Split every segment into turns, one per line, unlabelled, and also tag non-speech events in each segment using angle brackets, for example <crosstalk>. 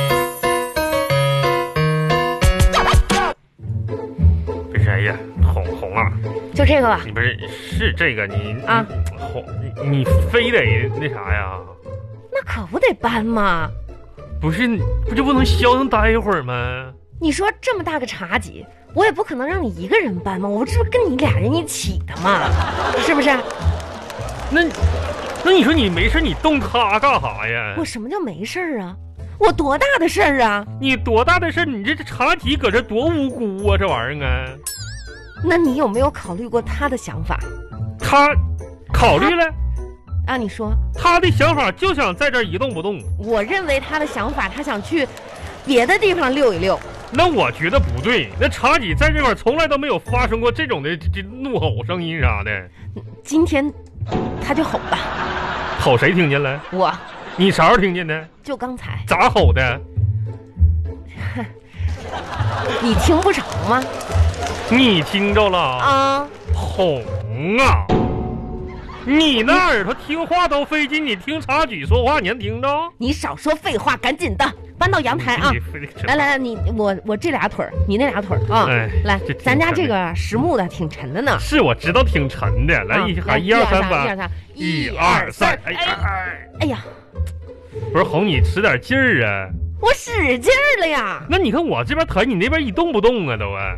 哎
是这个吧？
你不是啊是这个你
啊
你好，你你非得那啥呀？
那可不得搬吗？
不是不就不能消停待一会儿吗？
你说这么大个茶几，我也不可能让你一个人搬吧？我这不跟你俩人一起的嘛，是不是？
那那你说你没事你动它干啥呀
我？什么叫没事儿啊？我多大的事儿啊？
你多大的事儿你这茶几搁这多无辜啊，这玩意儿啊，
那你有没有考虑过他的想法
他考虑了，
啊？你说，
他的想法就想在这儿一动不动。
我认为他的想法，他想去别的地方溜一溜。
那我觉得不对，那茶几在这块儿从来都没有发生过这种的这这怒吼声音啥的，
今天他就吼吧，
吼谁听见了？
我
你啥时候听见的？
就刚才，
咋吼的？
你听不着吗？
你听着了？
啊，
哄啊！你那耳朵听话都费劲，你听茶几说话你能听着？
你少说废话，赶紧的搬到阳台啊！
你非得
来来来，你我我这俩腿儿，你那俩腿儿啊！
哎
来
这，挺
咱家
沉
这个实木的挺沉的呢。
是我知道挺沉的，来
啊
一喊一二三
一二
吧，
三，
一二三，哎
哎
哎哎！
哎呀，
不是哄你使点劲儿啊？
我使劲儿了呀！
那你看我这边弹，你那边一动不动啊都啊！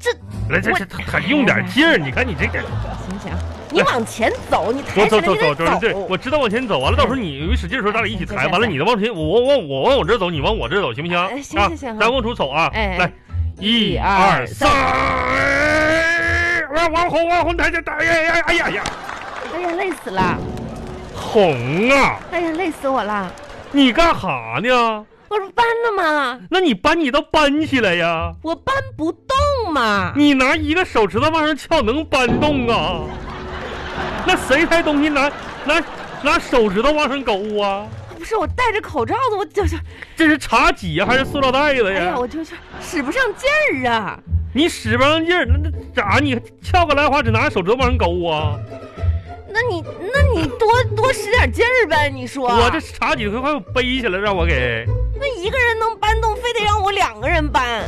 这
来这
我
这还用点劲儿，你看你这个，
行行，你往前走，你
我
抬起
哎走
来
走
你
走
得
走，对，我知道往前走，完了到时候你一使劲的时候，咱俩一起
嗯
抬，完了你的往前，我我我我往我这走，你往我这走，行不行？
哎行
啊
行行
咱往出走啊，
哎
来。一
一
二
二
三
三，
哎王红王红，抬起抬，哎呀哎呀哎呀呀，
哎呀，累死了！
红啊，
哎呀，累死我了！
你干哈呢？
我说搬呢嘛，
那你搬你倒搬起来呀！
我搬不动嘛。
你拿一个手指头往上翘，能搬动啊？那谁抬东西拿拿拿手指头往上勾啊？
不是我戴着口罩呢，我就是，
这是茶几呀，还是塑料袋子
哎
呀
呀，？我就是使不上劲儿啊！
你使不上劲儿，那那咋你翘个兰花指拿手指头往上勾啊？
那你那你多多使点劲儿呗，你说
我这茶几都快背起来，让我给。
那一个人能搬动，非得让我两个人搬，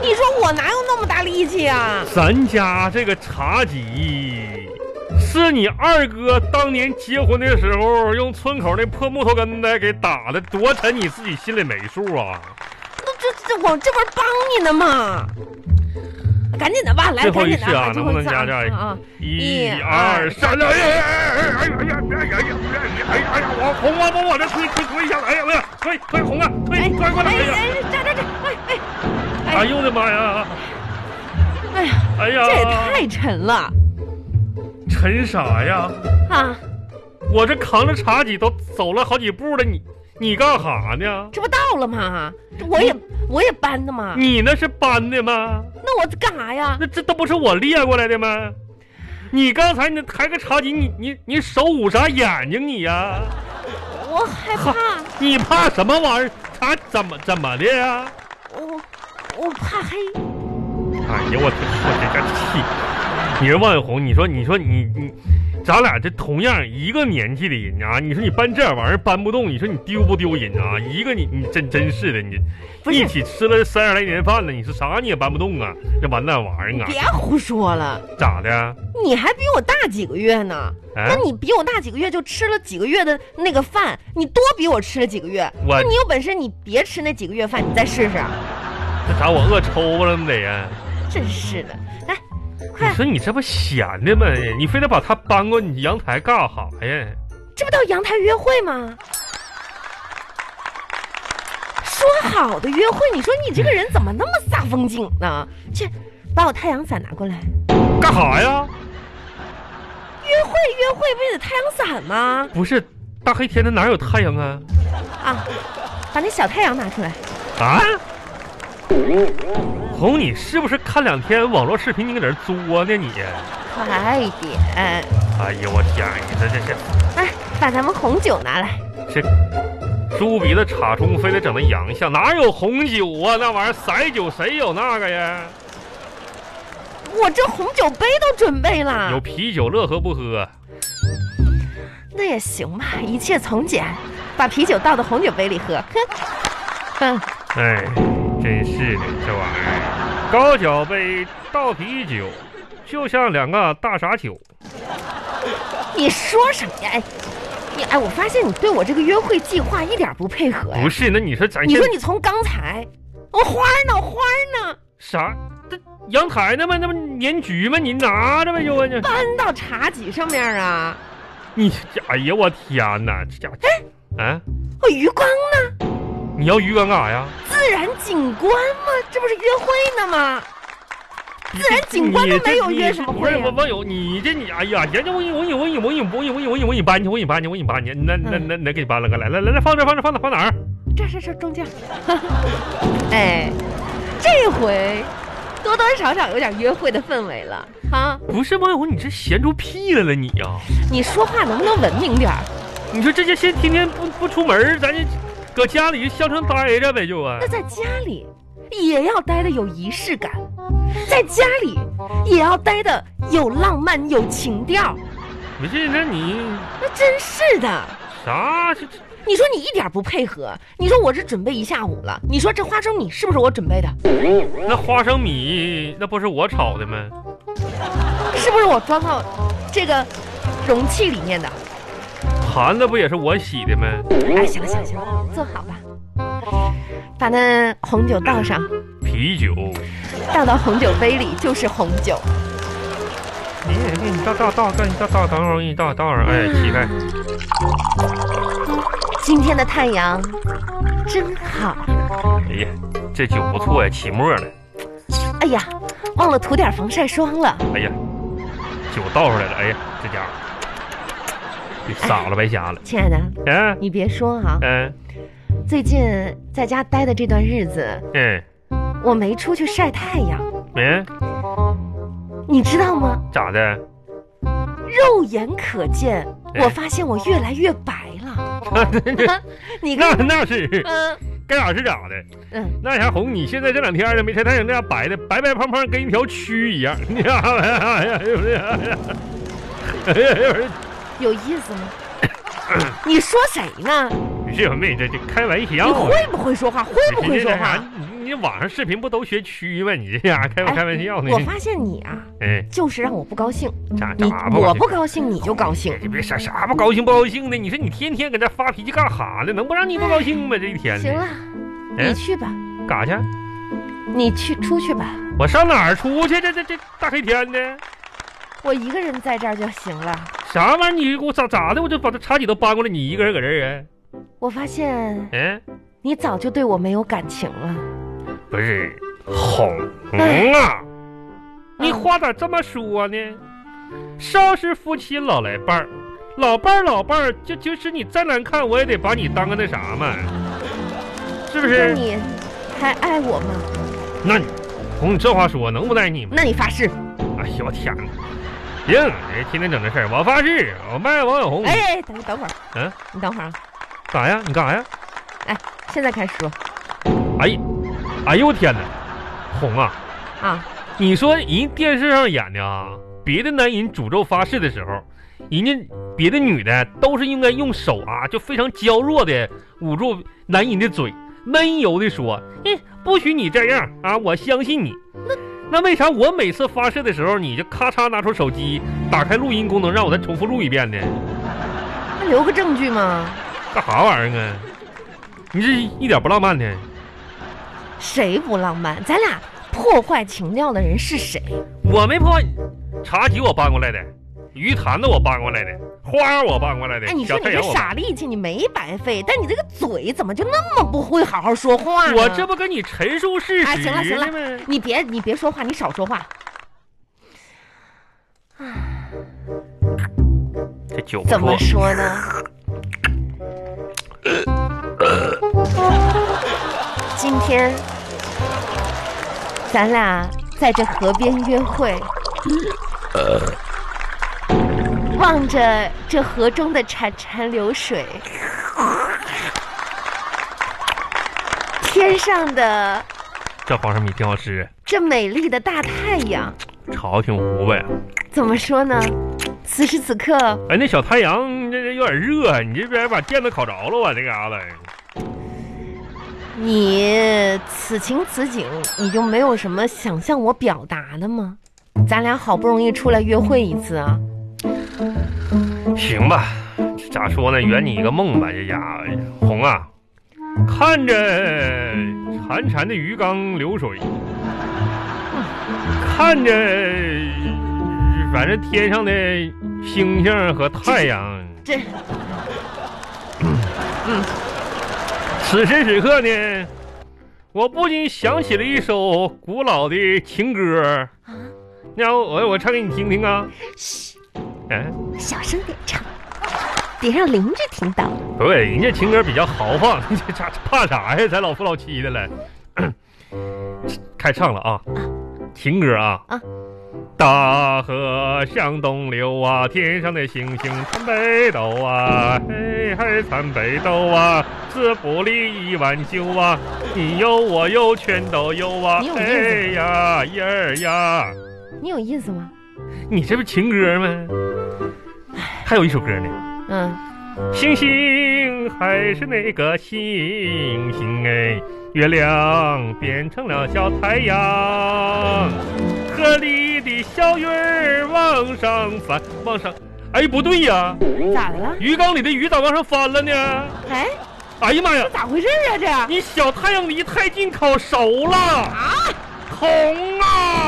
你说我哪有那么大力气啊？
咱家这个茶几，是你二哥当年结婚的时候用村口那破木头根子给打的，多沉你自己心里没数啊！
那这这我这不是帮你呢吗？赶紧的吧，来，
最后
赶
一
紧的
次啊，能不能加
啊
价？
啊！
一
一
二
二
三，哎呀哎呀哎呀哎呀哎呀哎呀哎呀哎呀哎呀！我红啊，把我这推推推一下，哎呀哎呀，推推红啊，推推过来！哎
哎
呀，
哎，站站站！哎哎
哎呦我的妈呀！
哎呀，
哎呀，
这也太沉了
沉啥呀？
啊！
我这扛着茶几都走了好几步了，你你干哈呢？
这不到了吗？这我
嗯
也我也搬的嘛，
你那是搬的吗？
那我干啥呀？
那这都不是我列过来的吗？你刚才你抬个茶几，你你你手捂啥眼睛你呀、
我害怕，
你怕什么玩意儿？他怎么怎么的呀？
我我怕黑。
哎呀，我我这个气！你说万红，你说你说你你，咱俩这同样一个年纪的人啊，你说你搬这玩意儿搬不动，你说你丢不丢人啊？一个你你真真是的，你
不是
一起吃了三十来年饭了，你是啥你也搬不动啊？这完蛋玩意儿啊，
别胡说了，
咋的？
你还比我大几个月呢。
啊
那，你比我大几个月就吃了几个月的那个饭，你多比我吃了几个月。
我
那你有本事你别吃那几个月饭，你再试试。
那咋我饿抽了么得呀？
真是的，来，
你
快，啊
说你这不闲的吗？你非得把它搬过你阳台干啥呀？
这不到阳台约会吗？说好的约会，你说你这个人怎么那么煞风景呢？去，把我太阳伞拿过来。
干啥呀？
约会约会不也得太阳伞吗？
不是大黑天的哪有太阳啊？
啊，把那小太阳拿出来。
啊？红，你是不是看两天网络视频你搁这儿作呢你？
快一点，
哎呀，我天，你这这
来，把咱们红酒拿来。
这这猪鼻子插葱，非得整那洋相，哪有红酒啊？那玩意儿色酒谁有那个呀？
我这红酒杯都准备了。
有啤酒乐呵不喝？
那也行吧，一切从简，把啤酒倒到红酒杯里喝。嗯哼，
哎，真是的，这玩意儿，高脚杯倒啤酒，就像两个大傻球。
你说什么呀？哎，你哎，我发现你对我这个约会计划一点不配合呀
不。是，那你说咱
你
现
说你从刚才，我、花儿呢？花儿呢？
啥？这阳台呢吗？那不年桔吗？你拿着呗，就我你
搬到茶几上面啊？
你，哎呀，我天哪，这家伙，哎，
我哦余光呢？
你要鱼竿干啥呀？
自然景观吗？这不是约会呢吗？自然景观都没有约什么
不
会
是
呀、
我网友，你这你哎呀，人家我给你我给你我给你我给你我给你我给你我给你我给你搬去，我给你搬去，我给你搬去，那那
嗯
那那给你搬了个来来来来放这放这放这放哪儿？
这这这中间， <laughs> 哎，这回多多少少有点约会的氛围了哈。
不是网友，你这闲出屁来了你呀、
你说话能不能文明点儿？
你说这些现天天不不出门儿，咱就搁家里就相成待着呗，就啊
那。在家里也要待的有仪式感，在家里也要待的有浪漫、有情调。
不是，那你
那真是的，
啥这这
你说你一点不配合，你说我这准备一下午了，你说这花生米是不是我准备的？
那花生米那不是我炒的吗？
是不是我装到这个容器里面的？
盘子不也是我洗的吗？
哎，行了行了行了，坐好吧，把那红酒倒上，
啤酒，
倒到红酒杯里就是红酒。
你给你倒倒倒倒倒倒倒容易倒倒上，哎，起开。
今天的太阳真好，
哎呀，这酒不错呀，起沫了。
哎呀，忘了涂点防晒霜了。
哎呀，酒倒出来了。哎呀，这家伙，你傻了白瞎了。
亲爱的，
嗯
你别说哈、
嗯
最近在家待的这段日子，
嗯
我没出去晒太阳，
嗯，
你知道吗？
咋的？
肉眼可见，
哎
我发现我越来越白了。你
那
看，
那是
嗯
该咋是咋的。
嗯，
那啥红，你现在这两天呢没晒太阳，那样白的白白胖胖，跟一条蛆一样，你知道吗？哎呀，是不是？哎呀，哎呀
有意思吗？你说谁呢？
你这小妹这这开玩笑
你
呢，
会不会说话？会不会说话？？哎
你你网上视频不都学蛆吗？你这家开不开玩笑呢？
我发现你啊，
哎，
就是让我不高兴。
咋
你
咋不高兴
我不高兴，你就高兴。
你别啥啥不高兴不高兴的，你说你天天搁这发脾气干哈呢？能不让你不高兴吗？这一天
行啊了，
哎
你去吧，
干啥去？
你去出去吧，
我上哪儿出去？这这这大黑天的，
我一个人在这儿就行了。
啥玩意儿？你给我咋咋的？我就把这茶几都搬过来，你一个人搁这儿啊？
我发现
嗯、
你早就对我没有感情了。
不是哄啊？你话咋这么说呢？少是夫妻老来伴儿，老伴儿老伴儿，就就是你再难看，我也得把你当个那啥嘛，是不
那
是？
你还爱我吗？
那你哄你这话说，能不带你吗？
那你发誓？
哎呦我天哪！行，哎，天天整这事儿，我发誓，我卖王小红。
哎，哎，等等会儿，
嗯，
你等会儿啊，
咋呀？你干啥呀？
现在开始说
哎呀，哎呦我天哪！红啊，
啊。
你说人电视上演的啊，别的男人诅咒发誓的时候，人家别的女的都是应该用手啊，就非常娇弱的捂住男人的嘴，闷油的说：“嗯，不许你这样啊，我相信你。”那为啥我每次发誓的时候，你就咔嚓拿出手机，打开录音功能，让我再重复录一遍呢？
那留个证据嘛？
干啥玩意儿啊？你这一点不浪漫呢？
谁不浪漫？咱俩破坏情调的人是谁？
我没破坏，茶几我搬过来的，鱼坛子我搬过来的，花我搬过来的
哎，，你
小
说
太
你
阳
这
我搬
傻力气，你没白费，但你这个嘴怎么就那么不会好好说话呢？
我这不跟你陈述事
哎
实
行了行了
呢吗？
你别你别说话，你少说话。
这酒不
怎么
错，
说呢？ <laughs> 今天咱俩在这河边约会， <laughs> 望着这河中的潺潺流水， <laughs> 天上的
这花生米挺好吃，
这美丽的大太阳，
炒挺糊呗。
怎么说呢？此时此刻，
哎，那小太阳这这有点热啊，你这边把垫子烤着了吧？这嘎达，
你此情此景，你就没有什么想向我表达的吗？咱俩好不容易出来约会一次啊，
行吧，咋说呢？圆你一个梦吧，这家伙，红啊，看着潺潺的鱼缸流水，看着反正天上的星星和太阳，
这
此时此刻呢，我不禁想起了一首古老的情歌，那我我唱给你听听啊。哎，
小声点唱，别让邻居听到。
不是，人家情歌比较豪放， <laughs> 这咋怕啥呀？咱老夫老妻的了，开唱了啊！情歌啊！
啊
大河向东流啊，天上的星星参北斗啊，嘿嘿参北斗啊，自不离一碗酒啊，你有我有全都有啊
你有，意思
哎呀咿儿呀，
你有意思吗？
你这不情歌吗？还有一首歌呢。
嗯，
星星还是那个星星哎，月亮变成了小太阳，河里的小鱼儿往上翻，往上，哎，不对呀，
咋的了？
鱼缸里的鱼咋往上翻了呢？
哎，
哎呀妈呀，
咋回事啊？这
你小太阳离太近烤熟了，红啊！